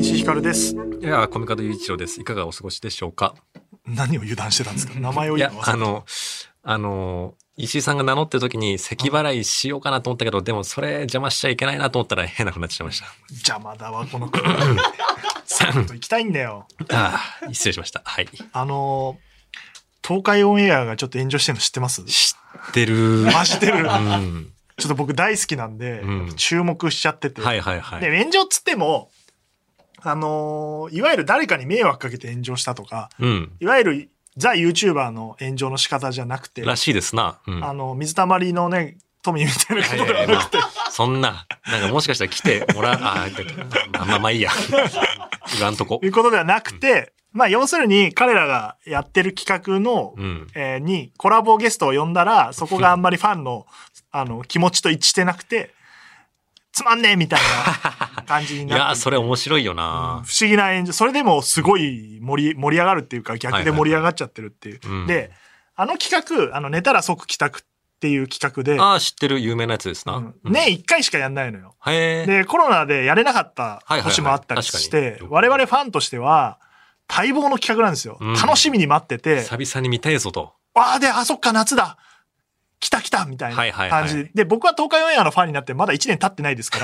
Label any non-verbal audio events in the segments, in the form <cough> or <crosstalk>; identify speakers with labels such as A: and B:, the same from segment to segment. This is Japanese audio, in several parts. A: 石井ひかるです。
B: いやー、コミカド雄一郎です。いかがお過ごしでしょうか。
A: 何を油断してたんですか名前を
B: い
A: 言
B: や
A: う、
B: あの、あの、石井さんが名乗ってる時に咳払いしようかなと思ったけど、でもそれ邪魔しちゃいけないなと思ったら変な風になっちゃいました。
A: 邪魔だわ、この子。ちょっと行きたいんだよ。 <laughs>
B: ああ、失礼しました。はい。
A: あの、東海オンエアがちょっと炎上してるの知ってます
B: 知ってる。
A: マジでる。
B: うん。
A: ちょっと僕大好きなんで、
B: うん
A: やっぱ注目しちゃってて。
B: はいはいはい。
A: で、炎上っつっても、あのーいわゆる誰かに迷惑かけて炎上したとか、
B: うん。
A: いわゆるザ・ YouTuber の炎上の仕方じゃなくて、
B: らしいですな。うん。
A: あの、水たまりのね、富みたいなこ
B: い
A: と
B: やい
A: では
B: や
A: な
B: ま
A: くて、
B: あ、そんな、なんかもしかしたら来てもらう、ああ、で
A: <laughs>
B: まあまあまあいいや。 <laughs> 言わんとこ
A: とい。うことではなくて、まあ、要するに彼らがやってる企画の、
B: うん。
A: えーにコラボゲストを呼んだら、そこがあんまりファンの、 <laughs> あの、気持ちと一致してなくて、つまんねえみたいな感じに
B: <laughs> い
A: なって。
B: やー、それ面白いよ
A: うん
B: な。
A: 不思議な演じそれでもすごい盛り盛り上がるっていうか逆で盛り上がっちゃってるっていう、
B: はいはいはいうん
A: であの企画あの寝たら即帰宅っていう企画で、
B: ああ、知ってる有名なやつです
A: う
B: な。
A: ん年1回しかやんないのよ
B: うん。 <laughs> へえ。
A: でコロナでやれなかった
B: はいはいはい
A: 年もあったりして、
B: 確かに
A: 我々ファンとしては待望の企画なんですよ、
B: うん
A: 楽しみに待ってて
B: 久々に見たいぞと。
A: わあであそっか夏だ来た来たみたいな
B: は
A: 感じ
B: い
A: で、
B: はいはい
A: で僕は東海オンエアのファンになってまだ1年経ってないですか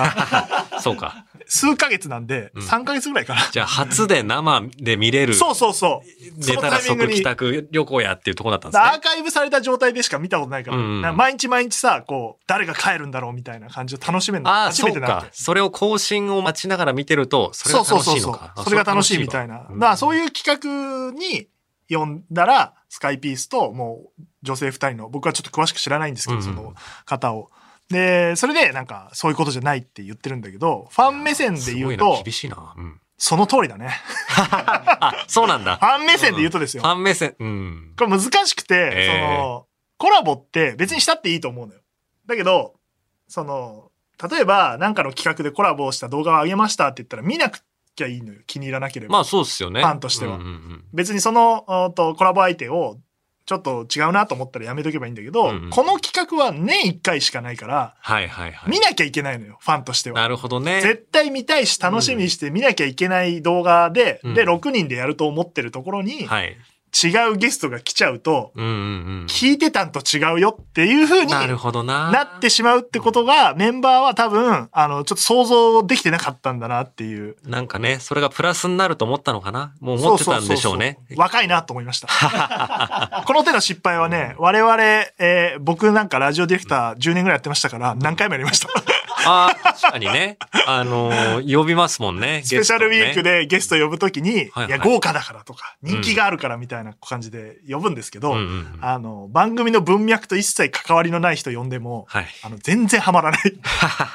A: ら
B: <laughs> そうか。
A: 数ヶ月なんで
B: うん
A: 3ヶ月ぐらいかな、
B: じゃあ、初で生で見れる。
A: そうそうそう
B: 出たら即帰宅旅行やっていうとこだったんです
A: ア
B: ね
A: ー。カイブされた状態でしか見たことないから、
B: うんうん
A: なんか毎日毎日さ、こう、誰が帰るんだろうみたいな感じを楽しめるの
B: ああ、
A: 初
B: そ
A: め
B: う
A: てなわ
B: か
A: け。。
B: それを更新を待ちながら見てると、それが楽しいのか。あ
A: それが楽しいみたいな。だからそう
B: いう
A: いう企画に呼んだら、スカイピースともう女性二人の、僕はちょっと詳しく知らないんですけど、
B: うんうん
A: その方を。で、それでなんかそういうことじゃないって言ってるんだけど、ファン目線で言う
B: すごいな
A: と
B: 厳、しいな。うん。
A: その通りだね。
B: あ、そうなんだ
A: フ。ァン目線で言うとです
B: フ
A: よ。
B: ァン目線。うん。
A: これ難しくて、
B: ええ
A: その、コラボって別にしたっていいと思うのよ。だけど、その、例えば何かの企画でコラボした動画を上げましたって言ったら見なくちゃいいのよ。気に入らなければ。
B: まあそうっすよね。
A: ファンとしては
B: うんうんうん
A: 別にその、おーと、コラボ相手をちょっと違うなと思ったらやめとけばいいんだけど、
B: うんうん
A: この企画は年1回しかないから、
B: はいはいはい。
A: 見なきゃいけないのよ、ファンとしては。
B: なるほどね。
A: 絶対見たいし楽しみにして見なきゃいけない動画で、
B: うん
A: で、6人でやると思ってるところに、
B: はい。
A: 違うゲストが来ちゃうと、
B: うんうん
A: 聞いてたんと違うよっていう風
B: うん。
A: に
B: なる
A: な
B: ほどな。
A: ってしまうってことが、メンバーは多分、あの、ちょっと想像できてなかったんだなっていう。
B: なんかね、それがプラスになると思ったのかな。もう思ってたんでしょうね
A: そそそ。そ若いなと思いました。
B: <laughs>
A: この手の失敗はね、我々、えー僕なんかラジオディレクター10年ぐらいやってましたから、何回もやりました。
B: ああ、確かにね。あのー呼びますもんね。
A: スペシャルウィーク
B: で。
A: でゲスト呼ぶときに、
B: はいはい
A: いや、豪華だからとか、人気があるからみたいな感じで呼ぶんですけど、
B: うんうんうん
A: あの、番組の文脈と一切関わりのない人呼んでも、
B: はい。 <laughs>
A: あの、全然ハマらない。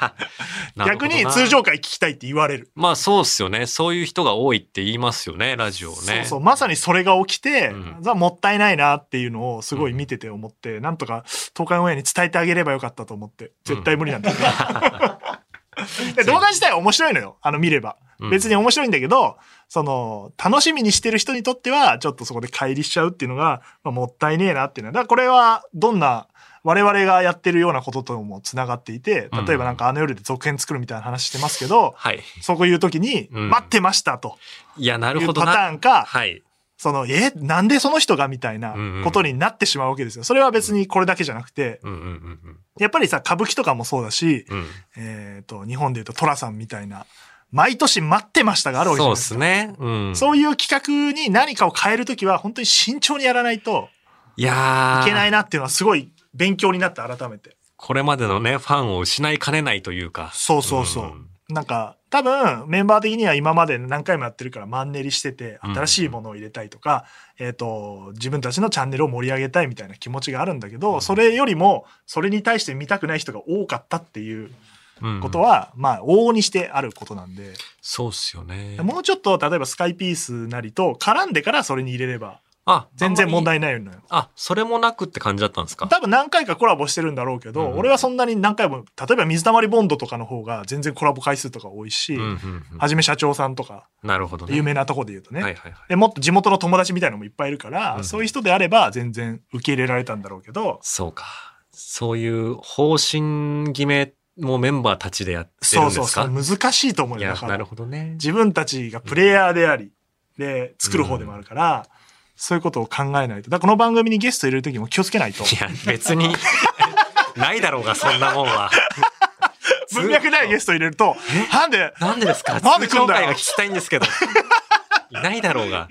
B: なるほ
A: 逆
B: どな
A: に通。常回聞きたいって言われる。
B: まあそうっすよね。そういう人が多いって言いますよね、ラジオね。
A: そうそう、まさにそれが起きて、
B: うん
A: ざもったいないなっていうのをすごい見てて思って、なんとか東海オンエアに伝えてあげればよかったと思って、絶対無理なんだけど。
B: <laughs>
A: で動画自体は面白いのよ、あの見れば。
B: うん
A: 別に面白いんだけど、その、楽しみにしてる人にとっては、ちょっとそこで乖離しちゃうっていうのが、まあ、もったいねえなっていうのは、だからこれはどんな、我々がやってるようなことともつながっていて、例えばなんかあの夜で続編作るみたいな話してますけど、
B: はい。
A: そういう時に、
B: うん
A: 待ってましたと
B: いや、ないる
A: う
B: ほど
A: パ
B: な。
A: ターンか、
B: はい。
A: その、え、なんでその人がみたいな
B: うんうん
A: ことになってしまうわけですよ。それは別にこれだけじゃなくて、
B: うんうんうん
A: やっぱりさ、歌舞伎とかもそうだし、
B: うん。
A: えっ、と、日本で言うと寅さんみたいな、毎年待ってましたがある
B: う
A: わ
B: ん。
A: けじゃ
B: そ
A: な
B: う
A: い
B: っ
A: です
B: す
A: か。
B: ね。うん。
A: そういう企画に何かを変えるときは、本当に慎重にやらないと
B: いやー
A: いけないなっていうのはすごい勉強になった、改めて。
B: これまでのね、ファンを失いかねないというか。
A: そうそうそう。
B: ん
A: なんか、多分、メンバー的には今まで何回もやってるからマンネリしてて、
B: うん
A: 新しいものを入れたいとか、えっ、と、自分たちのチャンネルを盛り上げたいみたいな気持ちがあるんだけど、それよりも、それに対して見たくない人が多かったっていう
B: うん
A: ことは、まあ、往々にしてあることなんで、
B: そうっすよね。
A: もうちょっと、例えばスカイピースなりと絡んでからそれに入れれば
B: あ、
A: 全然問
B: あんまり。
A: 題ないのよ。
B: あ、それもなくって感じだったんですか。
A: 多分何回かコラボしてるんだろうけど、
B: うん
A: 俺はそんなに何回も、例えば水溜りボンドとかの方が全然コラボ回数とか多いし、
B: うんうんうん
A: はじめ社長さんとか、
B: なるほどね。
A: 有名なとこで言うとね、
B: はいはいはい。
A: でもっと地元の友達みたいのもいっぱいいるから、
B: うん
A: そういう人であれば全然受け入れられたんだろうけど、
B: そうか。そういう方針決めもメンバーたちでやってるん
A: そ
B: で
A: う
B: すか
A: そうそう、難しいと思う
B: い
A: よ。
B: や
A: だ、か
B: なる
A: ら、
B: ほどね。
A: 自分たちがプレイヤーであり、で、作る方でもあるから、そういうことを考えないと。だからこの番組にゲスト入れる時も気をつけないと。
B: いや、別に、 <laughs> ないだろうが、そんなもんは。
A: <laughs> 文脈ないゲスト入れると、なんで、
B: なんでですか
A: なんで来んだよ
B: 通常会が聞きたいんですけど。いないだろうが。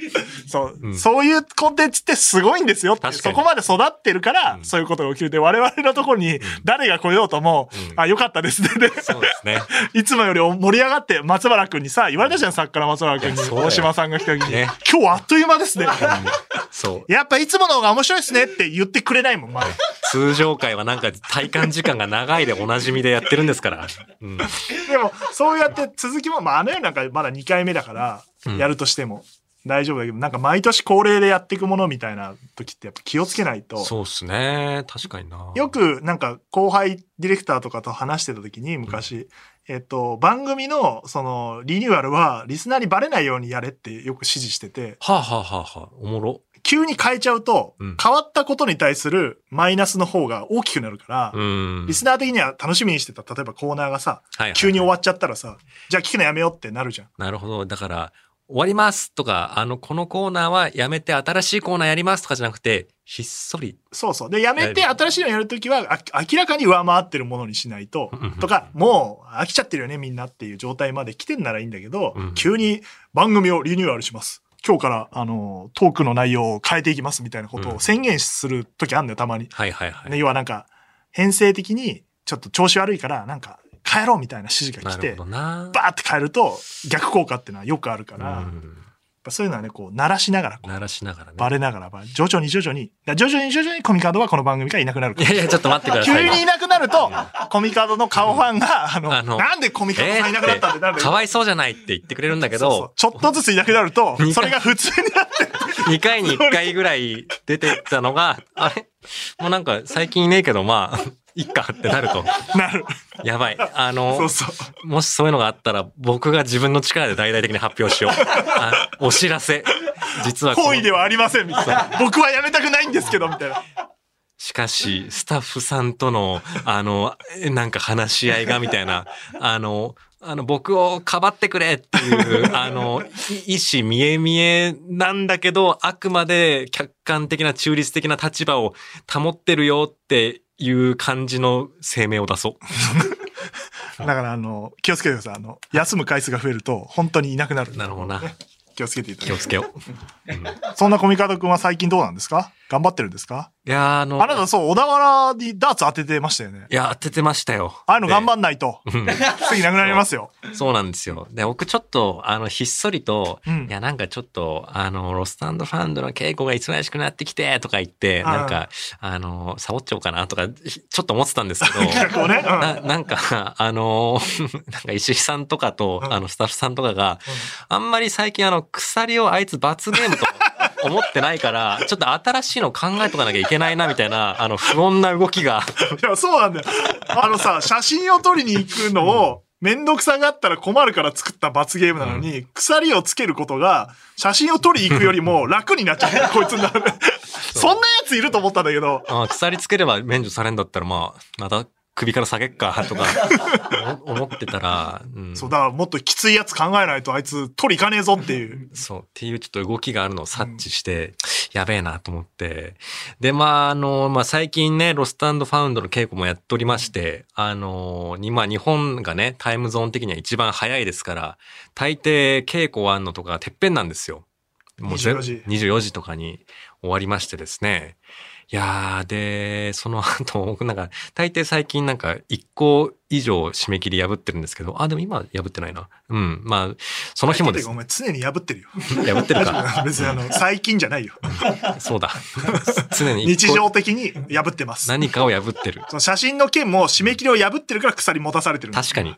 A: そう、
B: うん
A: そういうコンテンツってすごいんですよって。
B: 確か
A: そ
B: に
A: こまで育ってるから、
B: うん
A: そういうことが起きるで、我々のところに誰が来ようとも、
B: うん
A: あ、よかったですね。で
B: そうですね。
A: いつもより盛り上がって、松原くんにさ、言われたじゃん、作家の松原くん
B: い
A: に
B: やそうだ。よ
A: 大島さんが来た時に、
B: ね
A: 今日あっという間ですね。
B: そう。
A: やっぱいつもの方が面白いですねって言ってくれないもん、まだ。
B: 通常会はなんか体感時間が長いでおなじみでやってるんですから。うん。
A: でも、そうやって続きも、まあ、あの世なんかまだ2回目だから
B: う、ん
A: やるとしても大丈夫だけど、なんか毎年恒例でやっていくものみたいな時ってやっぱ気をつけないと。
B: そうですね。確かにな。
A: よくなんか後輩ディレクターとかと話してた時に昔、えっと、番組のそのリニューアルはリスナーにバレないようにやれってよく指示してて、
B: はあ、はあはあはあ、おもろ。
A: 急に変えちゃうと
B: うん
A: 変わったことに対するマイナスの方が大きくなるから、
B: うん。
A: リスナー的には楽しみにしてた例えばコーナーがさ、
B: はいはいはい
A: 急に終わっちゃったらさ、じゃあ聞くのやめようってなるじゃん。
B: なるほど。だから、終わりますとか、あの、このコーナーはやめて新しいコーナーやりますとかじゃなくて、ひっそり。
A: そうそう。で、やめて
B: ええ
A: 新しいのやるときは、あ明らかに上回ってるものにしないと
B: うんうん、
A: とか、もう飽きちゃってるよね、みんなっていう状態まで来てんならいいんだけど、
B: うん
A: 急に番組をリニューアルします。今日から、あの、トークの内容を変えていきますみたいなこと
B: う
A: を
B: ん
A: 宣言するときあんだよ、たまに。
B: はいはいはい。
A: ね、要はなんか、編成的に、ちょっと調子悪いから、なんか、変えろみたいな指示が
B: な
A: 来
B: る
A: て
B: ほど、な。
A: バーって変えると、逆効果っていうのはよくあるか
B: う
A: ら、やっ
B: ん。
A: ぱそういうのはね、こう、鳴らしながら、こう
B: 鳴らしながらね。
A: バレながら、バレ徐々に徐々に、だから徐々に徐々にコミカドはこの番組からいなくなるから
B: いやいや、ちょっと待ってくださ
A: <laughs> 急
B: い。
A: にいなくなると、コミカドの顔ファンが、あの、
B: あの
A: なんでコミカド
B: え
A: さんいなくなったんで、な
B: ー
A: ん
B: っ
A: で
B: て、かわいそうじゃないって言ってくれるんだけ
A: そうそう
B: ど、
A: ちょっとずついなくなると
B: 回、
A: それが普通になってる、
B: 2回に1回ぐらい出てったのが、あれもうなんか最近いねえけど、まあ、いっかってなると、
A: なる。
B: やばい。あの、
A: そうそう。
B: もしそういうのがあったら、僕が自分の力で大々的に発表
A: <laughs>
B: しよう。あお知らせ。実はこの
A: 行為ではありません、みたいな。僕はやめたくないんですけど、みたいな。
B: しかし、スタッフさんとの、あの、えなんか話し合いが、みたいな、あの、あの、僕をかばってくれっていう、あの、い意思見え見えなんだけど、あくまで客観的な中立的な立場を保ってるよっていう感じの声明を出そう。
A: だから、あの、気をつけてください。あの、休む回数が増えると、本当にいなくなる。
B: なるほどな。
A: 気をつけていた
B: 気
A: だ
B: を
A: き
B: つけよう。
A: そんなコミカドくんは最近どうなんですか頑張ってるんですか
B: いやー、あ
A: あ
B: の、
A: なた、そう、小田原にダーツ当ててましたよね
B: い。や、当ててましたよ。
A: ああいうの頑張んないと、
B: うん
A: 次なくなりますよ。
B: そうなんですよ。で、僕ちょっと、あの、ひっそりと、
A: うん
B: いや、なんかちょっと、あの、ロストファンドの稽古が忙しくなってきて、とか言って、
A: ああ
B: なんか、あの、サボっちゃおうかな、とか、ひちょっと思ってたんですけど、
A: 企画をね。 <laughs> うん
B: ななんか、あの、 <laughs> なんか石井さんとかと、
A: うん
B: あの、スタッフさんとかが、あんまり最近、あの、鎖をあいつ罰ゲームと思ってないから、ちょっと新しいの考えとかなきゃいけないな、みたいな、あの、不穏な動きが、
A: いや、そうなんだよ。あのさ、写真を撮りに行くのを、めんどくさがったら困るから作った罰ゲームなのに、鎖をつけることが、写真を撮りに行くよりも楽になっちゃ
B: <laughs>
A: った、こいつになる。そんなやついると思ったんだけど、
B: あ鎖つければ免除されんだったら、まあ、また首から下げっか、とか、お思ってたら、うん、
A: そう、だからもっときついやつ考えないとあいつ取り行かねえぞって
B: <laughs>
A: いう。
B: そう、っていうちょっと動きがあるのを察知して、やべえなと思って。で、まあ、あの、まあ、最近ね、ロストファウンドの稽古もやっておりまして、あの、にまあ、日本がね、タイムゾーン的には一番早いですから、大抵稽古あんのとかてっぺんなんですよ。ぜ
A: 24時
B: 24時とかに終わりましてですね。いやー、で、その後、 <laughs> 僕なんか、大抵最近なんか、1個以上締め切り破ってるんですけど、あ、でも今破ってないな。うん。まあ、その日もで
A: て
B: す
A: かお前常に破ってるよ。
B: ね、破ってるか。
A: 別にあの、
B: <laughs>
A: 最近じゃないよ。
B: そ
A: <laughs>
B: うだ。常に一
A: 日
B: 個
A: 常的に破ってます。
B: 何かを破ってる。
A: その写真の件も締め切りを破ってるから鎖持たされてるんです
B: 確かに。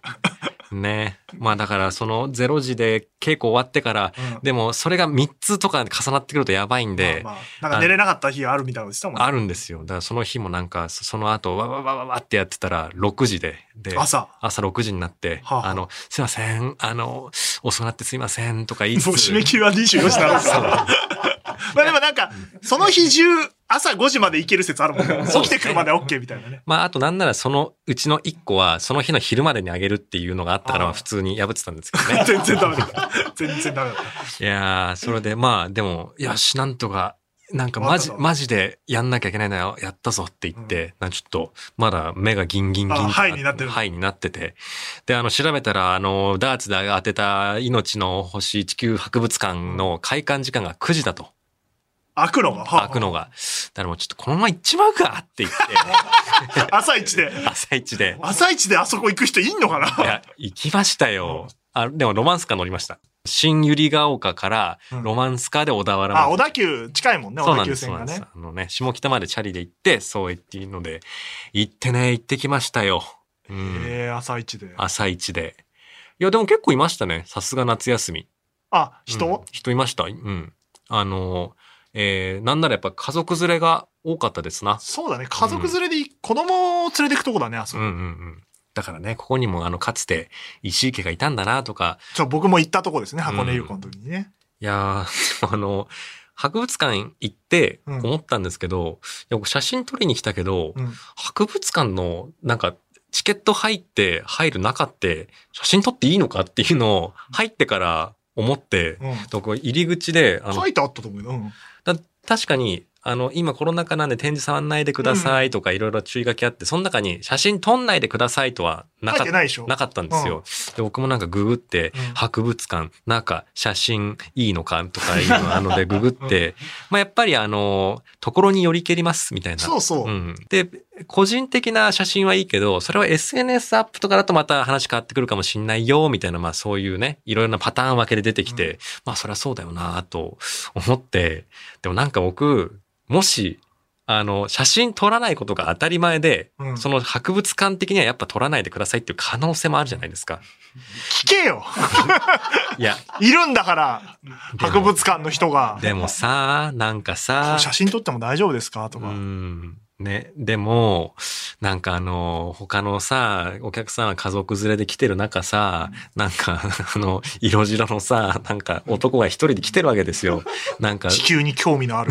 B: ねまあだからその0時で稽古終わってから、
A: うん
B: でもそれが3つとか重なってくるとやばいんで、
A: まあまあ、なんか寝れなかった日があるみたいなのでしたもんね
B: あるんですよ。だからその日もなんか、そその後、わわわわわってやってたら、6時で、で、
A: 朝。
B: 朝6時になって、
A: はあ
B: あの、すいません、あの、遅くなってすいませんとか言いつつ
A: もう締め切りは24時なんですから。まあでもなんか、その日中、朝5時まで行ける説あるもんね。起きてくるまで OK みたいな
B: <laughs>
A: ね。
B: まあ、あとなんならそのうちの1個は、その日の昼までにあげるっていうのがあったか
A: ああ
B: ら、普通に破ってたんですけどね。
A: 全然ダメだった。全然ダメだっ
B: いやー、それでまあ、でも、よし、なんとか、なんかマジ、
A: わかった
B: マジでやんなきゃいけないなよ、やったぞって言って、なんかちょっと、まだ目がギンギンギン
A: あ
B: と
A: ハイになってる
B: ハイになってて。で、あの、調べたら、あの、ダーツで当てた命の星地球博物館の開館時間が9時だと、
A: た。開くのが、はあ
B: 開くのが。だからもうちょっとこのまま行っちまうかって
A: <laughs>
B: 言って、
A: 朝一で。
B: 朝一で。
A: 朝一であそこ行く人いんのか
B: い
A: な
B: や、行きましたよ。あ、でもロマンスカー乗りました。新百合ヶ丘から
A: うん
B: ロマンスカーで小田原まで
A: あ、小田急近いもんね、
B: そう
A: 小田
B: なんで
A: 急
B: す、そ
A: 線
B: うな
A: が
B: んです
A: ね。。
B: あのね、下北までチャリで行って、そう言っていいので、行ってね、行ってきましたよ。うん。
A: えー、朝一で。
B: 朝一で。いや、でも結構いましたね。さすが夏休み。
A: あ、
B: うん
A: 人
B: 人いました。うん。あの、えー、なんならやっぱ家族連れが多かったですな。
A: そうだね、家族連れでい、子供を連れてくとこだね、あそ
B: うん
A: こ。
B: うんうん。だからね、ここにもあの、かつて石井家がいたんだなとか、
A: ちょ、僕も行ったとこですね、箱根旅行の時にね。
B: いやー、でもあの、博物館行って
A: うん
B: 思ったんですけど、いや僕写真撮りに来たけど、
A: うん。
B: 博物館のなんかチケット入って入る中って写真撮っていいのかっていうのを入ってから思って、
A: うん。
B: とこう入り口で、あの
A: 書、いてあったと思うよ。うん。
B: だ確かに、あの、今コロナ禍なんで展示触んないでくださいとかいろいろ注意書きあって、その中に写真撮んないでくださいとはな
A: 書
B: か
A: い
B: ってた
A: ないでしょ。
B: なかったんですよ。で、僕もなんかググって、
A: うん
B: 博物館、なんか写真いいのかとかいうのあ
A: <laughs>
B: のでググって、まあやっぱりあの、ところによりけりますみたいな。
A: そうそうう。
B: ん。で、個人的な写真はいいけど、それは SNS アップとかだとまた話変わってくるかもしんないよ、みたいな、まあそういうね、いろいろなパターン分けで出てきて、
A: う
B: まあそりゃそうだよなと思って、でもなんか僕、もし、あの、写真撮らないことが当たり前で、
A: うん
B: その博物館的にはやっぱ撮らないでくださいっていう可能性もあるじゃないで
A: <laughs>
B: すか。
A: 聞けよ
B: いや、
A: いるんだから
B: でも
A: 博物館の人が。
B: でもさ、なんかさ、
A: 写真撮っても大丈夫ですかとか。
B: うん。ね。でも、なんかあの、他のさ、お客さんは家族連れで来てる中さ、なんか、あの、色白のさ、なんか男が一人で来てるわけですよ。なん
A: <laughs>
B: か、
A: 地
B: 地
A: 球に興味のある。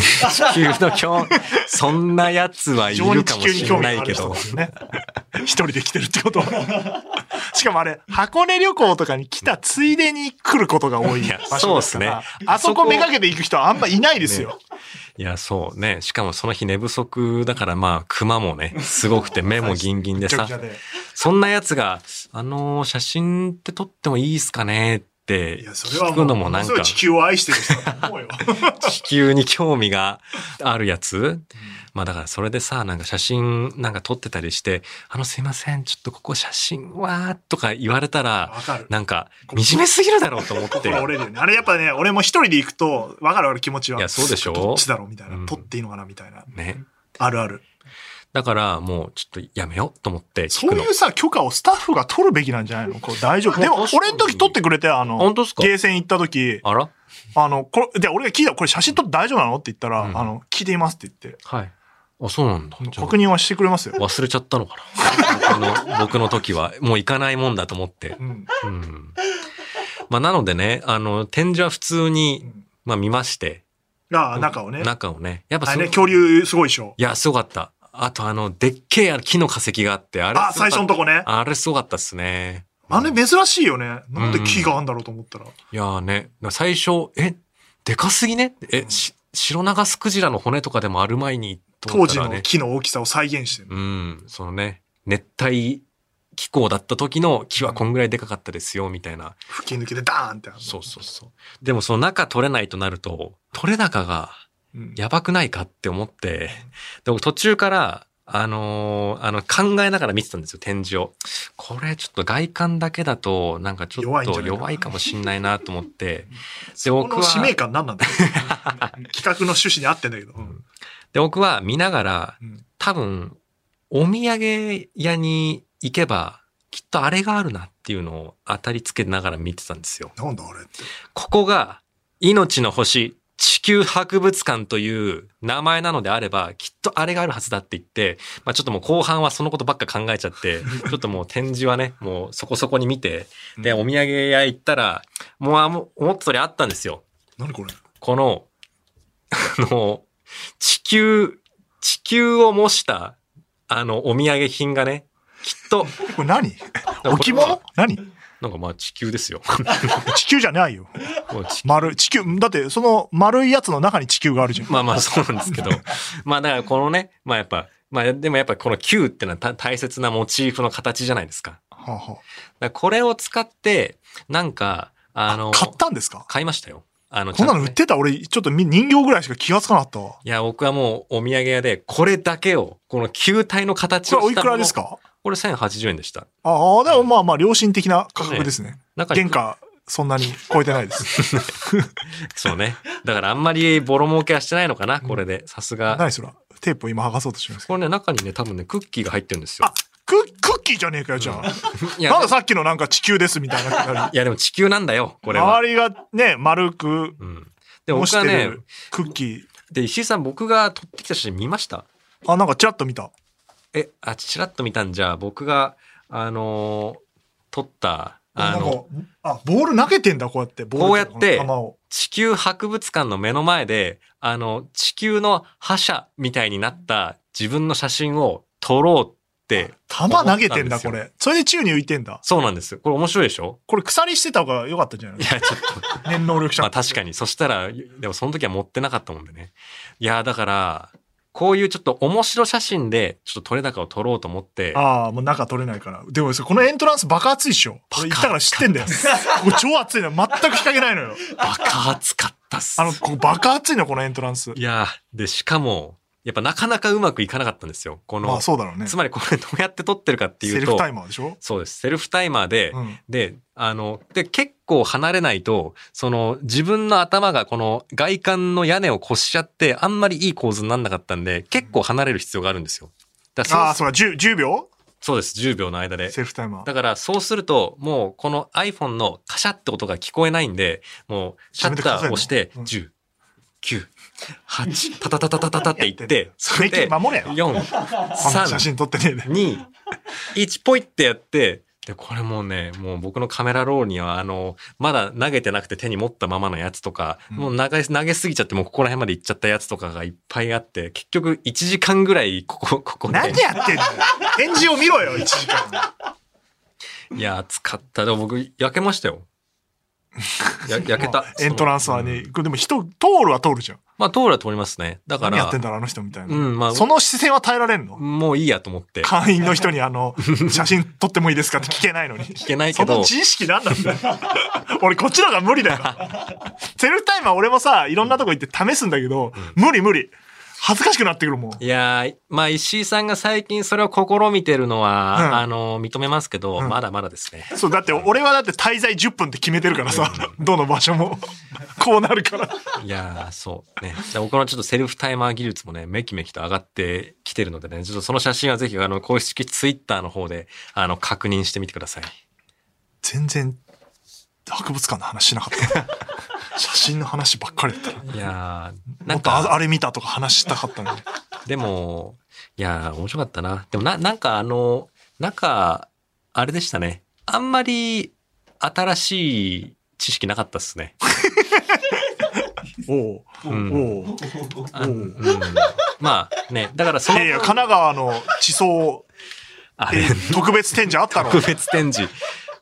B: 球の今日、そんなやつはい
A: 非常
B: る
A: に
B: か
A: 地
B: も
A: 球に
B: し
A: 興味
B: れな
A: の
B: い
A: あ
B: け
A: る人
B: ど
A: で。すよね。 <laughs> 一人で来てるってこと。
B: <laughs>
A: しかもあれ、箱根旅行とかに来たついでに来ることが多い
B: いや
A: 場所ですから。
B: そうですね
A: あそこめがけて行く人はあんまいないですよ。
B: いや、そうね。しかもその日寝不足だから、まあ、熊もね、すごくて目もギンギンで
A: めちゃ
B: さ
A: くち、ゃで。
B: そんなやつが、あの、写真って撮ってもいいっすかねって
A: いや、それは
B: 聞
A: も
B: く
A: う、
B: のもなん
A: すごい
B: か。
A: 地球を愛してる人だと
B: <laughs>
A: 思うよ。
B: 地球に興味があるやつまあだからそれでさ、なんか写真なんか撮ってたりして、あのすいません、ちょっとここ写真はとか言われたら、
A: わかる。
B: なんか惨めすぎるだろうと思って。
A: 心折れるよね。あれやっぱね、俺も一人で行くと、わかるわかる気持ちは。
B: いやそうでしょ
A: どっちだろうみたいな。
B: うん
A: 撮っていいのかなみたいな。
B: ね。
A: あるある。
B: だからもうちょっとやめようと思って聞
A: そ
B: く
A: う
B: の。
A: いうさ、許可をスタッフが取るべきなんじゃないのこう大丈夫。でも、俺の時取ってくれて、あの、
B: 本当っすか
A: ゲーセン行った時、
B: あら
A: あの、これ、で、俺が聞いた、これ写真撮って大丈夫なのって言ったら、
B: うん
A: あの、聞いていますって言って、
B: はい。あ、そうなんだ。じゃあ
A: 確認はしてくれますよ。
B: 忘れちゃったのかな僕の僕の時は。もう行かないもんだと思って。
A: うん。
B: うん。まあなのでね、あの、展示は普通
A: う
B: に、
A: ん
B: まあ見まして。
A: ああ、中をね。
B: 中をね。やっぱ
A: あ
B: そ
A: れね、恐竜すごいでしょ。
B: いや、すごかった。あと、あの、でっけえ木の化石があって、あれ
A: あ、
B: すご
A: 最
B: かった
A: 初のとこね。
B: あれすごかったっすね。
A: あれ珍しいよね。なんで木があるんだろうと思ったら。
B: いやーね、最初、え、でかすぎねえ、し、白長スクジラの骨とかでもある前に、と思
A: 当
B: った
A: 時
B: ら
A: の
B: ね。
A: 木の大きさを再現してる。
B: うん、そのね、熱帯気候だった時の木はこんぐらいでかかったですよ、みたいな。
A: 吹き抜けでダーンってあるの
B: そうそうそう。でもその中取れないとなると、取れ高が
A: うん
B: やばくないかって思って、で僕途中から、あのーあの、考えながら見てたんですよ、展示を。これちょっと外観だけだと、なんかちょ
A: 弱
B: っ
A: いんじゃな
B: と
A: いかな
B: 弱いかもしんないなと思
A: <laughs>
B: って、で、
A: こ
B: 僕
A: の使命
B: は、
A: 感何なん
B: <laughs>
A: だろう企画の趣旨に合ってんだけど。うん
B: で、僕は見ながら、
A: うん
B: 多分、お土産屋に行けば、きっとあれがあるなっていうのを当たりつけながら見てたんですよ。
A: なんだあれって。
B: ここが命の星地球博物館という名前なのであれば、きっとあれがあるはずだって言って、まあちょっともう後半はそのことばっか考えちゃ
A: <laughs>
B: って、ちょっともう展示はね、もうそこそこに見て、で、お土産屋行ったら、もうあもう思った通りあったんですよ。
A: 何これ
B: この、あの、地球、地球を模した、あの、お土産品がね、きっと、
A: これ
B: <laughs>
A: 何 <laughs> 置物何
B: なんかまあ地球です
A: <laughs>
B: よ。
A: 地球じゃないよ。
B: もう地球
A: 丸い、地球、だってその丸いやつの中に地球があるじゃん。
B: まあまあそうなんですけど。 <laughs> まあだからこのね、まあやっぱ、まあでもやっぱこの Q ってのはた大切なモチーフの形じゃないですか。だか
A: はあは
B: らこれを使って、なんか、あ
A: あ
B: の、
A: 買ったんですか
B: 買いましたよ。あの、
A: こんなの売っ
B: ちゃとね
A: てた俺、ちょっとみ人形ぐらいしか気がつかなかったわ。
B: いや、僕はもうお土産屋で、これだけを、この球体の形
A: こ
B: を
A: れお
B: し
A: い
B: た
A: く
B: もの
A: らですか
B: これ1080円でした。
A: ああ、でもまあまあ良心的な価格ですね。
B: 中に
A: 原価そんなに超えてない
B: <laughs>
A: です。
B: そうね。だからあんまりボロ儲けはしてないのかな、これで。さすが。
A: 何それテープを今剥がそうとしてますけど。
B: これね、中にね、多分ね、クッキーが入ってるんですよ
A: あ。ククッキーじゃねえかよ、じゃあ。
B: いや
A: ま、ださっきのなんか地球ですみたいなくだり。
B: いやでも地球なんだよ、 <laughs> これは。
A: 周りがね、丸く
B: うん。で、
A: 模
B: 僕
A: し
B: は
A: て
B: ね、
A: るクッキー。
B: で、石井さん、僕が撮ってきた写真見ました
A: あ、なんかチラッと見た。
B: え、あ、ちらっと見たんじゃ、僕が、あのー撮った、あ
A: なんか
B: の、
A: あ、ボール投げてんだ、こうやって。ボール
B: こうやって
A: 球を。
B: 地球博物館の目の前で、あの、地球の覇者みたいになった自分の写真を撮ろうって、
A: 球投げてんだ、
B: 思っ
A: こ
B: たんです
A: れ。それで宙に浮いてんだ。
B: そうなんですよ。これ面白いでしょ
A: これ鎖してた方が良かったんじゃない
B: いや、ちょっ
A: <laughs>
B: と。
A: 念能力者。
B: まあ確かに。そしたら、でもその時は持ってなかったもんでね。いや、だから、こういうちょっと面白写真で、ちょっと撮れ高を撮ろうと思って、
A: ああ、もう中取れないから。でもそれこのエントランス爆熱いっしょ。
B: 爆
A: 俺
B: 熱
A: 行ったから知ってんだよ。ここ超熱いの。全く日陰ないのよ。
B: 爆熱かったっす。
A: あの、ここ爆熱いの、このエントランス
B: い。やーで、しかも、やっぱなかなかうまくいかなかったんですよ。この、
A: まあそうだろうね。
B: つまりこれどうやって撮ってるかっていうと、
A: セルフタイマーでしょ
B: そうです。セルフタイマーで、
A: うん。
B: で、あの、で、結構離れないと、その、自分の頭がこの外観の屋根を越しちゃって、あんまりいい構図にならなかったんで、結構離れる必要があるんですよ。だからそう
A: ああ、そうか、10, 10秒
B: そうです。10秒の間で。
A: セルフタイマー。
B: だから、そうすると、もう、この iPhone のカシャって音が聞こえないんで、もう、シャッターを押して、
A: うん
B: 10、9、8、タタタタタタタって言って、それ
A: メ
B: で、
A: キ守れよ。
B: 4、
A: あの写
B: 3、
A: 真撮ってねえで。
B: 2、1ポイってやって、で、これもうね、もう僕のカメラロールには、あの、まだ投げてなくて手に持ったままのやつとか、
A: うん
B: もう投げ、投げすぎちゃって、もうここら辺まで行っちゃったやつとかがいっぱいあって、結局1時間ぐらい、ここ、ここで。
A: 何やってんの返事を見ろよ、1時間。
B: いや、暑かった。でも僕、焼けましたよ。
A: <laughs>
B: や焼け
A: ま
B: た
A: あ。エントランスは
B: その
A: ね、
B: うん
A: これでも人、通るは通るじゃん。
B: まあ、通るは通りますね。だか
A: 何やっ
B: ら
A: てん、だろう、あの人みたいな。
B: うんまあ
A: その視線は耐えられんの
B: もういいやと思って。
A: 会員の人にあ
B: <laughs>
A: の、写真撮ってもいいですかって聞けないのに。
B: いけない
A: そ
B: <laughs> け
A: の
B: ど、
A: 知識なんなんだよ。俺こっちの方が無理だよ。セルフタイマー俺もさ、いろんなとこ行って試すんだけど、無理無理。恥ずかしくなってくるもん。
B: いやー、まあ、石井さんが最近それを試みてるのは、
A: うん
B: あの、認めますけど、
A: うん
B: まだまだですね。
A: そう、だって俺はだって滞在10分って決めてるからさ、どの場所
B: <laughs>
A: も。こうなるから。
B: いやー、そう。ね。じゃあ僕のちょっとセルフタイマー技術もね、めきめきと上がってきてるのでね、ちょっとその写真はぜひ、あの、公式ツイッターの方で、あの、確認してみてください。
A: 全然、博物館の話しなかった。写真の話ばっかりだったな。
B: いやー、
A: も
B: なん
A: っとあ
B: か、
A: あれ見たとか話したかったの
B: <laughs>
A: に。
B: でも、いやー、面白かったな。でもな、なんかあの、なんか、あれでしたね。あんまり、新しい知識なかったっすね。
A: おう
B: うん
A: おう
B: あ
A: おう
B: うん、まあね、だからそ
A: い
B: の、
A: やいや、神奈川の地層、
B: あ <laughs>
A: え
B: れ、
A: ー特別展示あったの
B: 特別展示。うん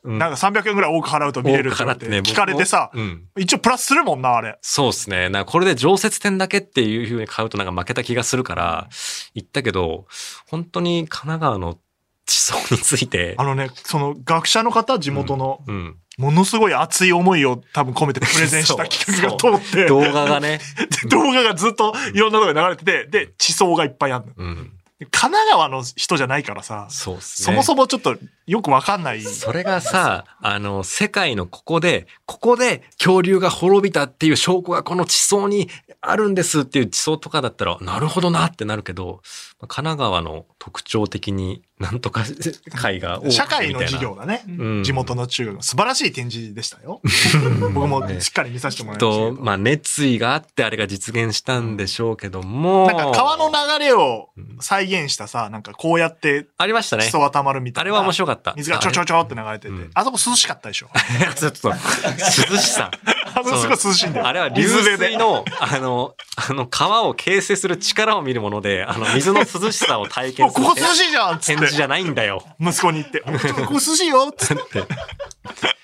A: なんか300円ぐらい多く払うと見れるからって聞かれてさ、
B: 僕もうん
A: 一応プラスするもんな、あれ。
B: そうですね。なんかこれで常設店だけっていう風に買うとなんか負けた気がするから、言ったけど、本当に神奈川の地層について
A: あ、のね、その学者の方、地元の、
B: うん、
A: ものすごい熱い思いを多分込
B: <laughs>
A: めてプレゼンした企画が
B: そう
A: 通って、
B: 動画がね、
A: で動画がずっといろんなとこで流れてて、で、地層がいっぱいあるの。
B: うん、
A: 神奈川の人じゃないからさ、
B: そうですね。
A: そもそもちょっとよくわかんない。
B: それがさ、あの、世界のここで、ここで恐竜が滅びたっていう証拠がこの地層にあるんですっていう地層とかだったら、なるほどなってなるけど、神奈川の特徴的になんとか <laughs> 会が多くてみたいな
A: 社会の授業だね。
B: うん
A: 地元の中学の素晴らしい展示でしたよ。僕もしっかり見させてもらいました
B: と、
A: けど。
B: まあ、熱意があってあれが実現したんでしょうけども。
A: なんか川の流れを
B: うん
A: 再現したさ、なんかこうやって
B: ありました
A: 基
B: ね。
A: 礎はたまるみたい
B: あ
A: な。
B: れは面白かった。
A: 水がちょちょちょって流れてて
B: うん。
A: あそこ涼しかったでし
B: <laughs>
A: ょ。
B: あれちょっと、涼しさ。
A: あそこすごい涼しいんだよ。
B: あれは流
A: 水辺で
B: 水。の、あの、あの、川を形成する力を見るもので、あの、水の涼しさを
A: も
B: 体験
A: う
B: す
A: こ
B: る
A: こ涼しいじゃんっつっ
B: 展示じ
A: て。
B: ゃないんだよ。
A: 息子に言って。ちょっとここ涼しいよっつって。
B: ね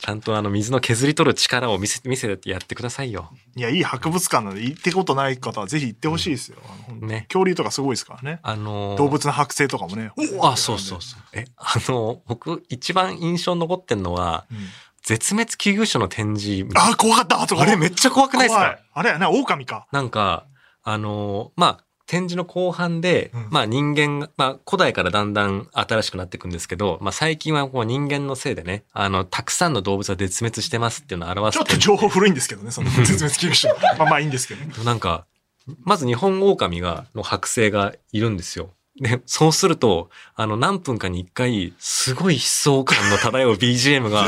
B: ちゃんとあの、水の削り取る力を見せ、見せてやってくださいよ。
A: いや、いい博物館なんで行ってことない方はぜひ行ってほしいですよ。あの本当に
B: ね
A: 恐竜とかすごいですからね。
B: あのー
A: 動物の剥製とかもね。おお
B: あ、そうそうそう。え、あの、僕、一番印象に残ってんのは、
A: うん
B: 絶滅危惧種の展示。
A: あ、怖かったあそこ
B: あれめっちゃ怖くないです
A: 怖
B: か
A: いあれやな、狼か。
B: なんか、あのーまあ、展示の後半で、
A: うん
B: まあ人間が、まあ古代からだんだん新しくなっていくんですけど、まあ最近はこう人間のせいでね、あの、たくさんの動物が絶滅してますっていうのを表
A: ち
B: す
A: ょっと情報古いんですけどね、そ
B: <laughs>
A: の絶滅危惧種。まあまあいいんですけど。
B: となんか、まず日本狼が、の剥製がいるんですよ。で、そうすると、あの、何分かに一回、すごい悲壮感の漂う BGM が、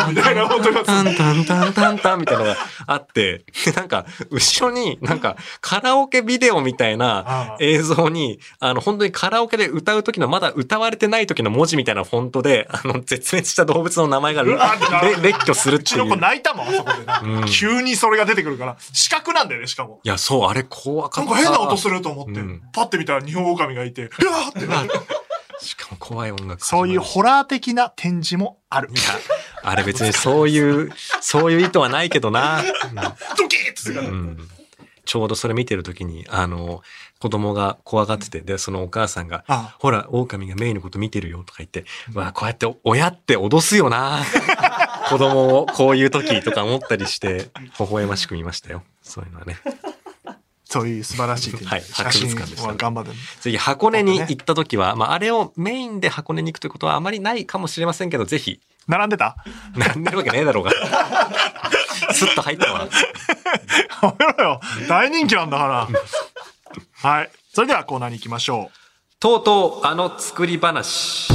A: あーみたいな音が
B: タンタンタンタンタンみたいなのがあって、で、なんか、後ろになんか、カラオケビデオみたいな
A: あー
B: 映像に、あの、本当にカラオケで歌う時の、まだ歌われてない時の文字みたいなフォントで、あの、絶滅した動物の名前が、
A: うわーってなる
B: れ列挙する
A: う
B: って
A: ち
B: い
A: の子
B: う。
A: 泣いたもん、あそこでな
B: うん。
A: 急にそれが出てくるから、視覚なんだよね、しかも。
B: いや、そう、あれ怖か
A: な
B: っ
A: ん
B: た。
A: か変な音すると思って
B: うん、
A: パッて見たら日本狼がいて、うわーってなる。
B: <laughs> しかも怖い音楽。
A: そういうホラー的な展示もある。
B: あれ別にそういう、そういう意図はないけどな。
A: ドキーッとするか
B: う
A: ら。
B: んちょうどそれ見てる時に、あの、子供が怖がってて、で、そのお母さんが、
A: あ
B: ほら、狼がメイのこと見てるよとか言って、わあ、こうやって親って脅すよな。 <laughs> 子供をこういう時とか思ったりして、微笑ましく見ましたよ。そういうのはね。
A: そういう素晴らしい展
B: はい
A: 示。写真
B: 博物館でした
A: は頑張って。
B: 次、箱根に行った時は、まあ、あれをメインで箱根に行くということはあまりないかもしれませんけど、ぜひ、
A: 並んでた
B: なんでるわけねえだろうが。スッと入った
A: や
B: わ。
A: めろよ。大人気なんだから。はい。それではコーナーに行きましょう。
B: とうとうあの作り話。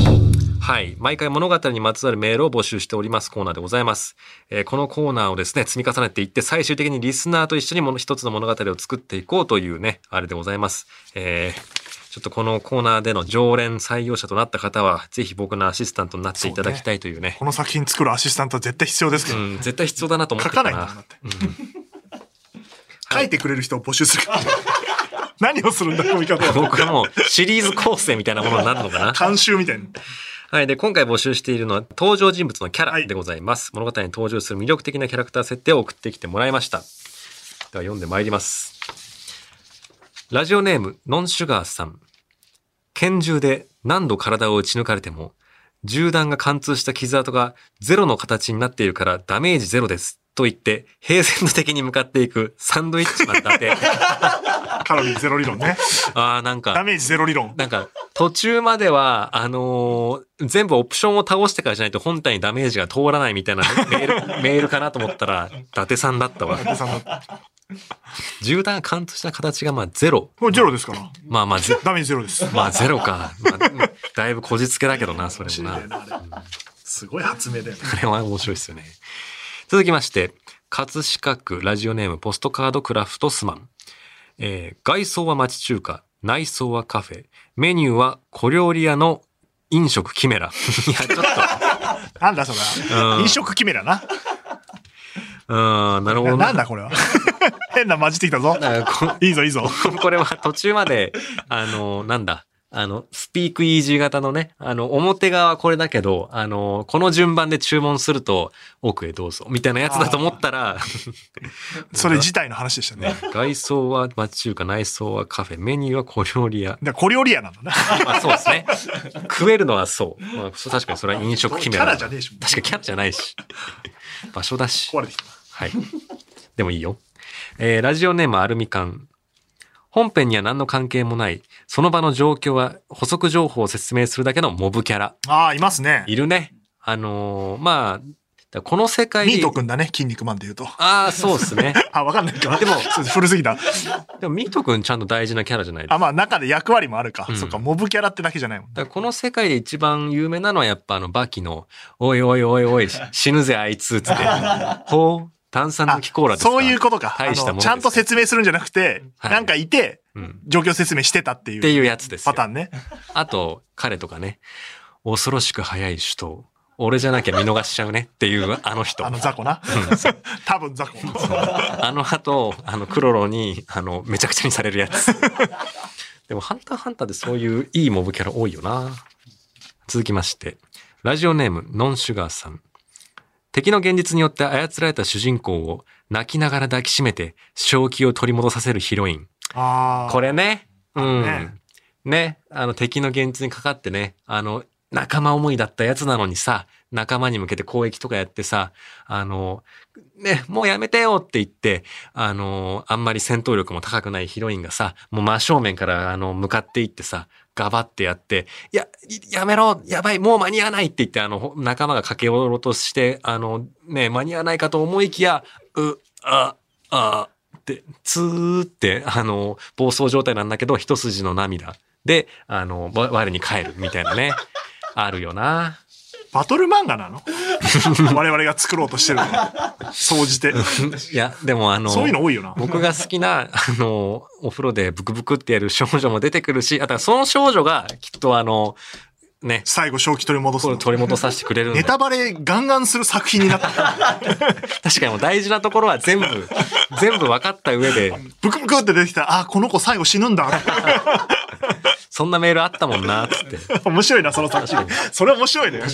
B: はい。毎回物語にまつわるメールを募集しておりますコーナーでございます。えーこのコーナーをですね、積み重ねていって、最終的にリスナーと一緒にもの一つの物語を作っていこうというね、あれでございます。えーちょっとこのコーナーでの常連採用者となった方は、ぜひ僕のアシスタントになっていただきたいというね。
A: この作品作るアシスタントは絶対必要ですけ
B: う
A: ど、
B: ん、絶対必要だなと思って
A: 書かないんだもんだって。書いてくれる人を募集するから。何をするんだ、こういう言い方は。
B: 僕はもうシリーズ構成みたいなものになるのかな。
A: 監修みたいな。
B: はい。で、今回募集しているのは登場人物のキャ
A: は
B: ラ
A: い
B: でございます。物語に登場する魅力的なキャラクター設定を送ってきてもらいました。では読んでまいります。ラジオネーム、ノンシュガーさん。拳銃で何度体を撃ち抜かれても、銃弾が貫通した傷跡がゼロの形になっているからダメージゼロです。と言って、平然と敵に向かっていくサンドイッチマン
A: <laughs>
B: 伊達。
A: カロリーゼロ理論ね。
B: ああ、なんか。
A: ダメージゼロ理論。
B: なんか、途中までは、あのー全部オプションを倒してからじゃないと本体にダメージが通らないみたいなメール、メールかなと思ったら、伊達さんだったわ
A: 伊。達さんだ
B: 銃弾が貫通した形がまあゼロ。
A: これゼロですから。
B: まあまあゼ、
A: ダメージゼロです。
B: まあゼロか。まあうんだいぶこじつけだけどな、それもな。
A: すごい発明だよね。
B: これは面白いですよね。続きまして、葛飾区ラジオネームポストカードクラフトスマン。えー外装は町中華、内装はカフェ、メニューは小料理屋の飲食キメラ。 <laughs> いや、ちょっ
A: なんだそれは
B: うん
A: 飲食決めだな。
B: と、うーん、なるほど
A: な
B: な。
A: んだこれは。 <laughs> 変な混じってきたぞ。
B: だ <laughs> から
A: いいぞいいぞ。
B: ここれは途中まで、あの、なんだ。あの、スピークイージー型のね、あの、表側はこれだけど、あの、この順番で注文すると、奥へどうぞ、みたいなやつだと思ったら、
A: それ自体の話でしたね。
B: 外装は町中華、内装はカフェ、メニューは小料理屋。
A: だから小料理屋なんだな。
B: まあそうですね。食えるのはそう。まあ、そう確かにそれは飲食決め
A: キャラじゃねえしもう
B: 確かにキャラじゃないし。場所だし。
A: 壊れてきた。
B: はい。でもいいよ。えーラジオネームアルミカン。本編には何の関係もない、その場の状況は補足情報を説明するだけのモブキャラ。
A: ああ、いますね。
B: いるね。あのーまあ、この世界
A: ミートくんだね、筋肉マンで言うと。
B: ああ、そうです
A: <laughs>
B: ね。
A: あ、わかんないか。
B: でも
A: そう古すぎた。
B: でも、ミートくんちゃんと大事なキャラじゃないですか
A: あ、まあ中で役割もあるか。
B: うん
A: そっか、モブキャラってだけじゃないもん。
B: だからこの世界で一番有名なのはやっぱあのバキの、おいおいおいおい、し死ぬぜあい
A: <laughs>
B: つ、つって。ほう、炭酸抜きコーラですか
A: そういうことか。あ
B: 大したも
A: の
B: んです
A: ちゃんと説明するんじゃなくて、
B: はい
A: なんかいて、
B: うん
A: 状況説明してたってい
B: って
A: う
B: いうやつですよ
A: パターンね。
B: あと、彼とかね、恐ろしく早い首都。俺じゃなきゃ見逃しちゃうねっていうあの人。
A: あ
B: あ
A: の
B: の
A: 雑魚な。 <laughs> 多分雑魚。
B: 後、あのクロロに、あの、めちゃくちゃにされるやつ。 <laughs> でも、ハンターハンターでそういういいモブキャラ多いよな。続きまして、ラジオネーム、ノンシュガーさん。敵の現実によって操られた主人公を泣きながら抱きしめて正気を取り戻させるヒロイン。
A: ああ。
B: これね。うん。
A: ね
B: ねあの敵の現実にかかってね、あの、仲間思いだったやつなのにさ、仲間に向けて攻撃とかやってさ、あの、ね、もうやめてよって言って、あの、あんまり戦闘力も高くないヒロインがさ、もう真正面から、あの、向かっていってさ、ガバってやって、いや、いやめろやばいもう間に合わないって言って、あの、ほ仲間が駆け寄ろうとして、あの、ね、間に合わないかと思いきや、う、あ、あ、って、ツーって、あの、暴走状態なんだけど、一筋の涙で、あの、わ我に帰るみたい
A: <laughs>
B: なね。あるよな。
A: バトル漫画
B: <laughs>
A: なの我々が作ろうとしてるの。総じて。
B: いや、でもあの、
A: そういうの多いよな。
B: 僕が好きな、あの、お風呂でブクブクってやる少女も出てくるし、あとはその少女がきっとあの、ね、
A: 最後、正気取り戻す
B: これ
A: の。
B: 取り戻させてくれるんだ
A: ネタバレガンガンする作品になった。
B: 確かにもう大事なところは全部、全部分かった上で、
A: ブクブクって出てきたら、あ、この子最後死ぬんだって。
B: そんなメールあったもんな、つ
A: <laughs>
B: って。
A: 面白いな、その作
B: <laughs>
A: 品。それ面白いね。確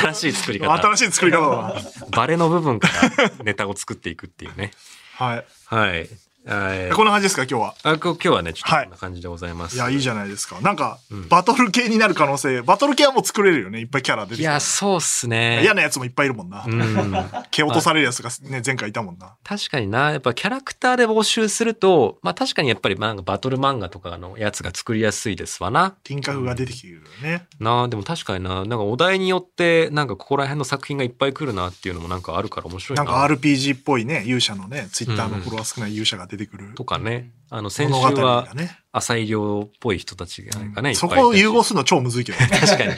B: 新しい作り方。
A: 新しい作り方だな。
B: バレの部分からネタを作っていくっていうね。
A: はい。
B: はい。はい
A: こんな感じですか、今日は。
B: あ、こ今日はね、ちょっ
A: はい
B: とこんな感じでございま
A: い
B: す。
A: や、いいじゃないですか。なんか
B: ん、
A: バトル系になる可能性、バトル系はもう作れるよね。いっぱいキャラ出て
B: い
A: きて。
B: やそうっすね。
A: 嫌なやつもいっぱいいるもんな
B: う。ん。
A: 蹴落とされるやつがね、前回いたもんな。
B: <laughs> 確かにな、やっぱキャラクターで募集すると、まあ確かにやっぱりなんかバトル漫画とかのやつが作りやすいですわな。
A: 輪郭が出てきてるよね。
B: なあ、でも確かにな、なんかお題によって、なんかここら辺の作品がいっぱい来るなっていうのもなんかあるから面白い
A: な
B: な。
A: んか RPG っぽいね、勇者のね、ツイッターのフォロワー少ない勇者が出てくる
B: とかね。あの、先週
A: 物語が
B: は
A: ね。
B: 浅井亮っぽい人たちがね、いっぱいいたし
A: そこを融合するの超むずい
B: <laughs>
A: けど、ね、
B: 確かに。い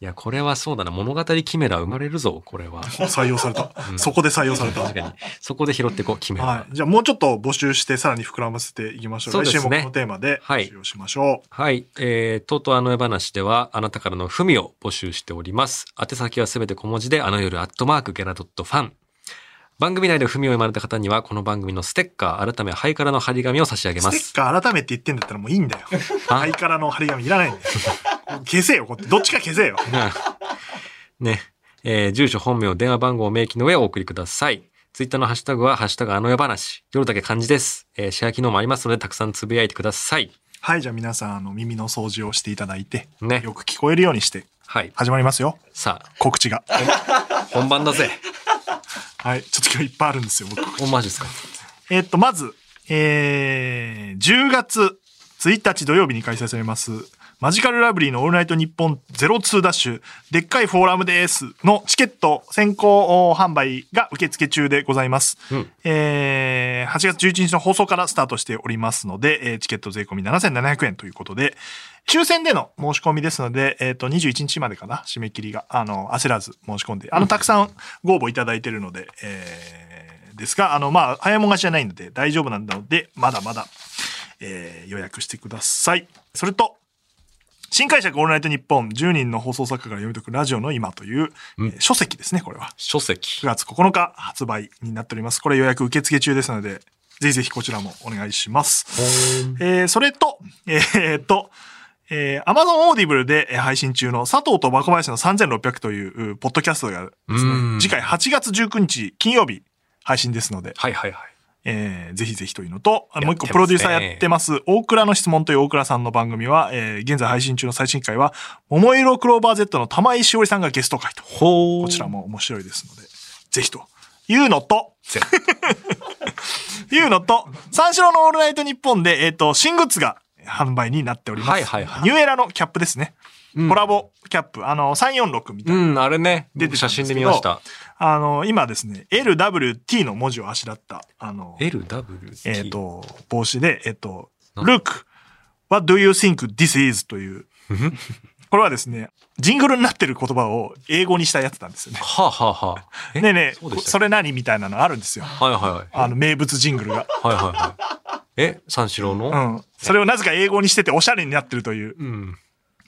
B: や、これはそうだな。物語キメラ生まれるぞ、これは。
A: 採用された。
B: うん
A: そこで採用された。
B: 確かに。そこで拾ってこう、キメラ。
A: はい。じゃあもうちょっと募集してさらに膨らませていきましょう。
B: そうですね
A: 来週もこのテーマで
B: はい
A: 使用しましょ
B: はい。えー、とうとうあの世話では、あなたからの文を募集しております。宛先はすべて小文字で、あの夜、アットマーク、ゲラドットファン。番組内で文を読まれた方には、この番組のステッカー、改め、ハイカラの張り紙を差し上
A: う。
B: げま
A: ス
B: す。
A: テッカー改めて言ってんだったらもういいんだよ。ハイカラの張り紙いらないんだよ。消せよ、こっちどっちか消せよ。
B: <laughs> ね。えー、住所、本名、電話番号を明記の上お送りください。ツイッターのハッシュタグは、ハッシュタグあの世話。夜だけ漢字です。えー、シェア機能もありますので、たくさんつぶやいてください。
A: はい、じゃあ皆さん、あの、耳の掃除をしていただいて、
B: ね
A: よく聞こえるようにして、
B: はい。
A: 始まりますよ。
B: さあ、
A: 告知が。
B: 本番だ
A: <laughs>
B: ぜ。
A: はい、ちょっと今日いっぱいあるんですよ、僕。
B: お、マジですか。
A: えっと、まず、えー、10月1日土曜日に開催されます、マジカルラブリーのオールナイトニッポン02ダッシュ、でっかいフォーラムですのチケット先行販売が受付中でございます。
B: うん
A: えー8月11日の放送からスタートしておりますので、えーチケット税込み7700円ということで、抽選での申し込みですので、えっ、と、21日までかな、締め切りが、あの、焦らず申し込んで、あの、たくさんご応募いただいてるので、えーですが、あの、まあ、早いもん勝ちじゃないので大丈夫なんだので、まだまだ、えー予約してください。それと、新解釈オールナイトニッポン10人の放送作家が読み解くラジオの今という、
B: うん
A: えー書籍ですね、これは。
B: 書籍
A: 9。月9日発売になっております。これ予約受付中ですので、ぜひぜひこちらもお願いします。えーそれと、えーっと、えー、Amazon Audible でえー配信中の佐藤と若林の3600といううポッドキャストがです
B: う
A: ね、
B: ん
A: 次回8月19日金曜日配信ですので、
B: はいはいはい。
A: えーぜひぜひというのと、あのもう一個
B: やってますね
A: プロデューサーやってます、大倉の質問という大倉さんの番組は、えー現在配信中の最新回は、桃色クローバー Z の玉井しおりさんがゲスト回と。
B: ほ
A: <laughs> こちらも面白いですので、ぜひというのと、いうのと、三四郎のオールナイトニッポンで、えっ、と、新グッズが販売になっております。
B: はいはいはい
A: ニューエラのキャップですね。
B: うん
A: コラボキャップ、あの、346みたいな。
B: うん、あれね。
A: 出て
B: 僕
A: たん
B: 写
A: ですけど
B: 真で見ました。
A: あの、今ですね、LWT の文字をあしらった、あの、
B: LW?
A: えっ、と、帽子で、えっ、と、
B: な
A: Look, what do you think this is? という、これはですね、ジングルになってる言葉を英語にしたやつなんですよね。
B: はあ、はあはあ、え
A: ねえねえ、
B: そう
A: こ
B: でした
A: それ何みたいなのあるんですよ。
B: はいはいはい。
A: あの、名物ジングルが。
B: はいはいはい。え、三四郎の、
A: うん。それをなぜか英語にしてておしゃれになってるという、
B: うん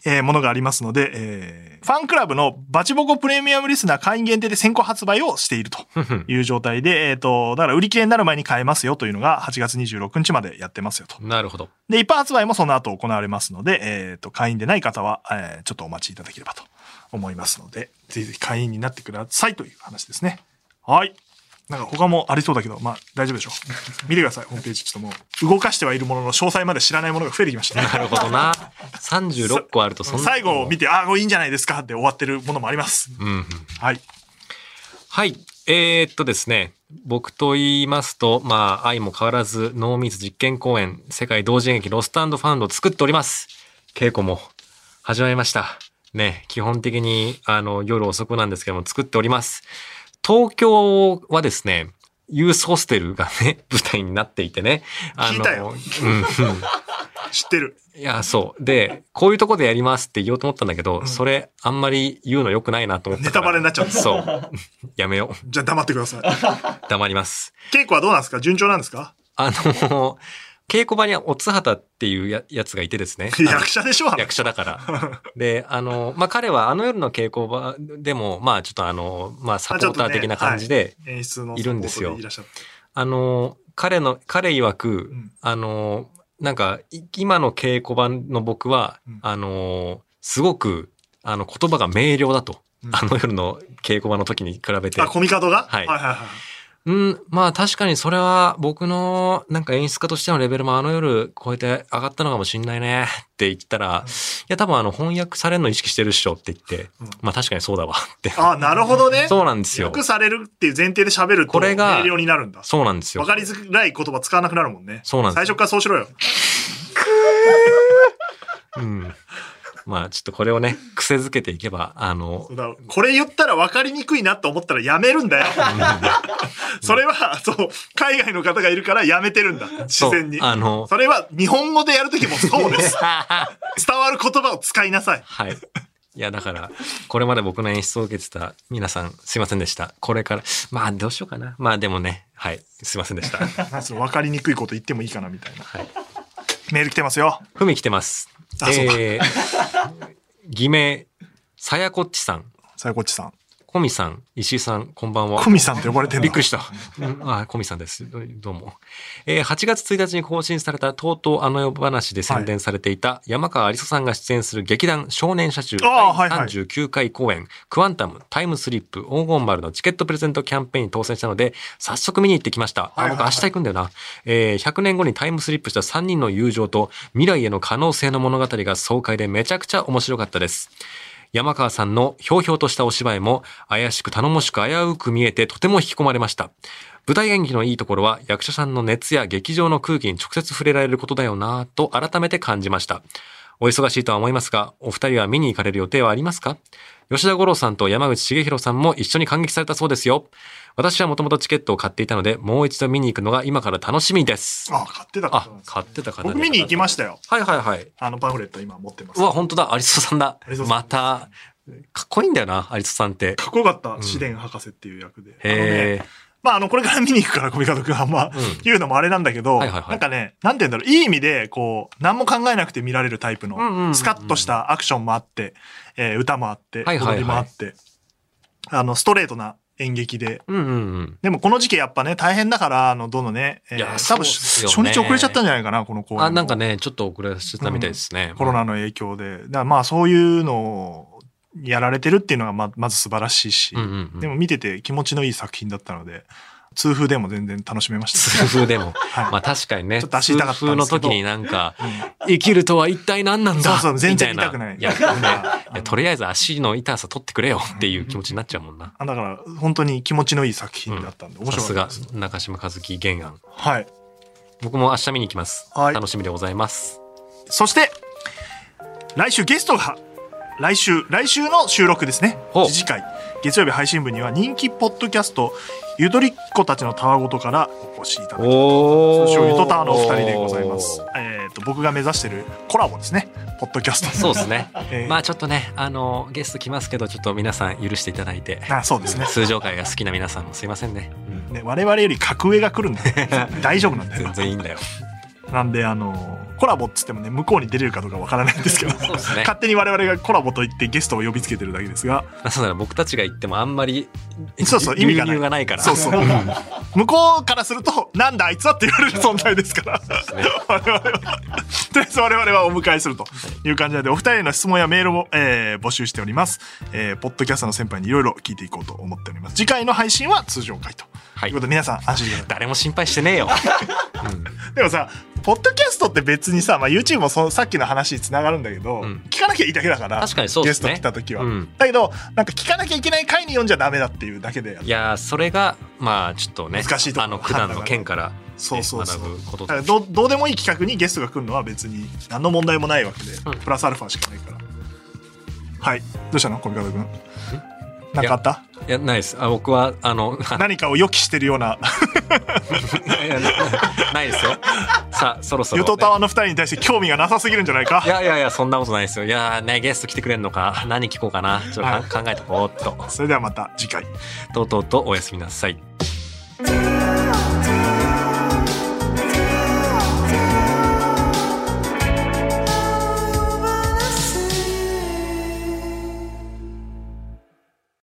A: えーものがありますので、えーファンクラブのバチボコプレミアムリスナー会員限定で先行発売をしていると
B: ふん
A: いう状態で、えっ、と、だから売り切れになる前に買えますよというのが8月26日までやってますよと。
B: なるほど。
A: で、一般発売もその後行われますので、えっ、と、会員でない方は、えーちょっとお待ちいただければと思いますので、ぜひぜひ会員になってくださいという話ですね。はい。なんか他もありそうだけど、まあ大丈夫でしょ
B: <laughs>
A: う。見てください、ホームページ。ちょっともう、動かしてはいるものの詳細まで知らないものが増えてきましたね。
B: なるほど <laughs> な。36個あるとそんな。
A: 最後を見て、ああ、これいいんじゃないですかって終わってるものもあります。
B: うんうん。
A: はい。
B: はい。えーっとですね。僕と言いますと、まあ、愛も変わらず、ノーミーズ実験公演、世界同時演劇ロストファウンドを作っております。稽古も始まりました。ね、基本的に、あの、夜遅くなんですけども、作っております。東京はですね、ユースホステルがね、 <laughs> 舞台になっていてね。あ
A: 聞
B: の
A: いたよ
B: うんうん
A: 知ってる。
B: いや、そう。で、こういうとこでやりますって言おうと思ったんだけど、それ、あんまり言うの良くないなと思って。
A: ネタバレになっちゃう
B: そう。やめよ
A: じゃあ黙ってください。
B: う。黙ります。
A: 稽古はどうなんですか順調なんですか。
B: あの、稽古場にはおつはたっていうややつがいてですね
A: <laughs> 役者でしょあの
B: 役者だから。で、あの、まあ、彼はあの夜の稽古場でも、まあ、ちょっとあの、まあ、サポーター的な感じで、
A: <laughs> 演出の
B: いるんですよ
A: サポートいらっしゃって。
B: あの、彼の、彼曰く、
A: うん
B: あの、なんか、い今の稽古場の僕は、
A: うん
B: あの、すごく、あの、言葉が明瞭だと。
A: うん
B: あの夜の稽古場の時に比べて
A: あ、。コミカドが
B: はい
A: はいはいはい。
B: うん、まあ確かにそれは僕のなんか演出家としてのレベルもあの夜超えて上がったのかもしんないねって言ったら、いや多分あの翻訳されるの意識してるっしょって言って、
A: うん
B: まあ確かにそうだわって。
A: あ、なるほどね。
B: そうなんですよ。
A: 訳されるっていう前提で喋ると、
B: これが
A: 明瞭になるんだ。
B: そうなんですよ
A: わ。かりづらい言葉使わなくなるもんね。
B: そうなんで
A: 最
B: すよ
A: 初からそうしろよ。
B: うん。まあちょっとこれをね、癖づけていけば、あの
A: そ、うだこれ言ったら分かりにくいなと思ったらやめるんだよ。それは、そう、海外の方がいるからやめてるんだ。自
B: そう
A: 然に。
B: あの、
A: それは日本語でやるときもそう
B: <laughs>
A: です。伝わる言葉を使いなさい。
B: はい。いや、だから、これまで僕の演出を受けてた皆さん、すいませんでした。これから、まあ、どうしようかな。まあ、でもね、はい、すいませんでした。は
A: なんかその分かりにくいこと言ってもいいかなみたいな。
B: い。
A: メール来てますよ。
B: ふみ来てます。
A: あそうだ
B: えー <laughs> 偽名、さやこっちさん、
A: さやこっちさん。
B: こみさん、石井さん、こんばんは
A: コ。ミさんって呼ばれてんだ。
B: びっくりした。うんあ、コミさんです。どどうも。えー8月1日に更新された、とうとうあの世話で宣伝されていた、山川有沙さんが出演する劇団少年社中第
A: あーはいはい
B: 39回公演、クワンタム、タイムスリップ、黄金丸のチケットプレゼントキャンペーンに当選したので、早速見に行ってきました。
A: はい
B: あ、
A: はい
B: 僕明日行くんだよな。えー100年後にタイムスリップした3人の友情と、未来への可能性の物語が爽快でめちゃくちゃ面白かったです。山川さんのひょうひょうとしたお芝居も怪しく頼もしく危うく見えてとても引き込まれました。舞台演技のいいところは役者さんの熱や劇場の空気に直接触れられることだよなぁと改めて感じました。お忙しいとは思いますが、お二人は見に行かれる予定はありますか吉田五郎さんと山口茂弘さんも一緒に感激されたそうですよ。私はもともとチケットを買っていたので、もう一度見に行くのが今から楽しみです。
A: あ、買ってた
B: あ
A: 方なんで、すね
B: 買ってた方で
A: 僕見に行きましたよ。
B: はいはいはい。
A: あのパンフレット今持ってます。
B: うわ、
A: か
B: 本当だ、アリソさんだ
A: アリソ。さん
B: また、かっこいいんだよな、アリソさんって。
A: っこよかった、紫伝博士っていう役で。あのね
B: へえ。
A: まあ、あの、これから見に行くから、小見監督は、まあ、
B: ん
A: 言うのもあれなんだけど、
B: はいはいはい
A: なんかね、なんて言うんだろう、いい意味で、こう、何も考えなくて見られるタイプ
B: うんうんうんう
A: の、
B: ん
A: スカッとしたアクションもあって、えー歌もあって、
B: はいはいはい
A: 踊りもあって、あの、ストレートな演劇で、
B: うんうんうん。
A: でもこの時期やっぱね、大変だから、あの、どのね、えー
B: いや
A: 多
B: そうっ
A: 分、
B: すよね
A: 初日遅れちゃったんじゃないかな、この公演も。
B: あ、なんかね、ちょっと遅れしてたみたいですね。
A: コロナの影響で。だからまあそういうのをやられてるっていうのがままず素晴らしいし、
B: うんうんうん
A: でも見てて気持ちのいい作品だったので、痛風でも全然楽しめ
B: <laughs>
A: ました。
B: 痛風でも。
A: <laughs> はい
B: まあ確かにね、
A: ちょっと足
B: 痛
A: 痛かった
B: 風
A: んで
B: の
A: すけど
B: 時になんか、
A: うん
B: 生きるとは一体何なんだ
A: そうそう、全然
B: みた
A: 痛くない。
B: いや、
A: うん
B: いやとりあえず足の痛さ取ってくれよっていう気持ちになっちゃうもんな。
A: あだから、本当に気持ちのいい作品だったんで、面
B: さす
A: 白かった
B: が
A: です。、
B: 中島和樹原案。
A: はい。
B: 僕も明日見に行きます。
A: はい
B: 楽しみでございます。
A: そして、来週ゲストが、来週、来週の収録ですね。
B: ほう
A: 次回、月曜日配信部には人気ポッドキャスト、ゆとりっ子たちのたわごとからお越しいただき
B: お
A: 通称ゆとたわのお二人でございます。えっ、と、僕が目指してるコラボですね。ポッドキャス
B: <laughs>
A: ト。
B: そうですね。
A: えー
B: まあちょっとね、あの、ゲスト来ますけど、ちょっと皆さん許していただいて、
A: あそうですね。
B: 通常会が好きな皆さんもすいませんね。うん
A: ね、我々より格上が来
B: <laughs>
A: るんだ。大丈夫なんだよ
B: 全。然いいんだよ。
A: なんで、あのーコラボっつってもね、向こうに出れるかどうかわからないんですけど、
B: そうですね。
A: 勝手に我々がコラボと言ってゲストを呼びつけてるだけですが、
B: まあそうだね僕たちが言ってもあんまり、
A: そうそう
B: 流
A: 意味がない
B: 流入から。
A: そうそう
B: うん
A: 向こうからすると、なんだあいつはって言われる存在ですから、
B: ね
A: 我々は、とりあえず我々はお迎えするという感じなので、お二人への質問やメールを、えー募集しております。えーポッドキャストの先輩にいろいろ聞いていこうと思っております。次回の配信は通常回と。、
B: はいいう
A: ことで皆さん安心してください
B: 誰も心配してねえよ。
A: でもさポッドキャストって別にさ、まあ、YouTube もそさっきの話につながるんだけど、
B: うん
A: 聞かなきゃいいだけだから
B: 確かにそうですね
A: ゲスト来た時は、
B: うん
A: だけどなんか聞かなきゃいけない回に読んじゃダメだっていうだけで
B: いやーそれがまあちょっとね
A: 難しいとこ
B: あの九段の剣から、ね、
A: そうそうそう
B: 学ぶこと
A: だからどうどうでもいい企画にゲストが来るのは別に何の問題もないわけで、
B: うん
A: プラスアルファしかないからはいどうしたの小見方君なんかあった
B: いやないですあ僕はあの <laughs>
A: 何かを予期してるようない
B: やなないですよさあそろそろ、
A: ゆとたわの二人に対して興味がなさすぎるんじゃないか
B: いやいやいやそんなことないですよいやーねゲスト来てくれるのか何聞こうかなちょっとか
A: はい
B: 考えとこうっと
A: それではまた次回
B: とうとうとおやすみなさい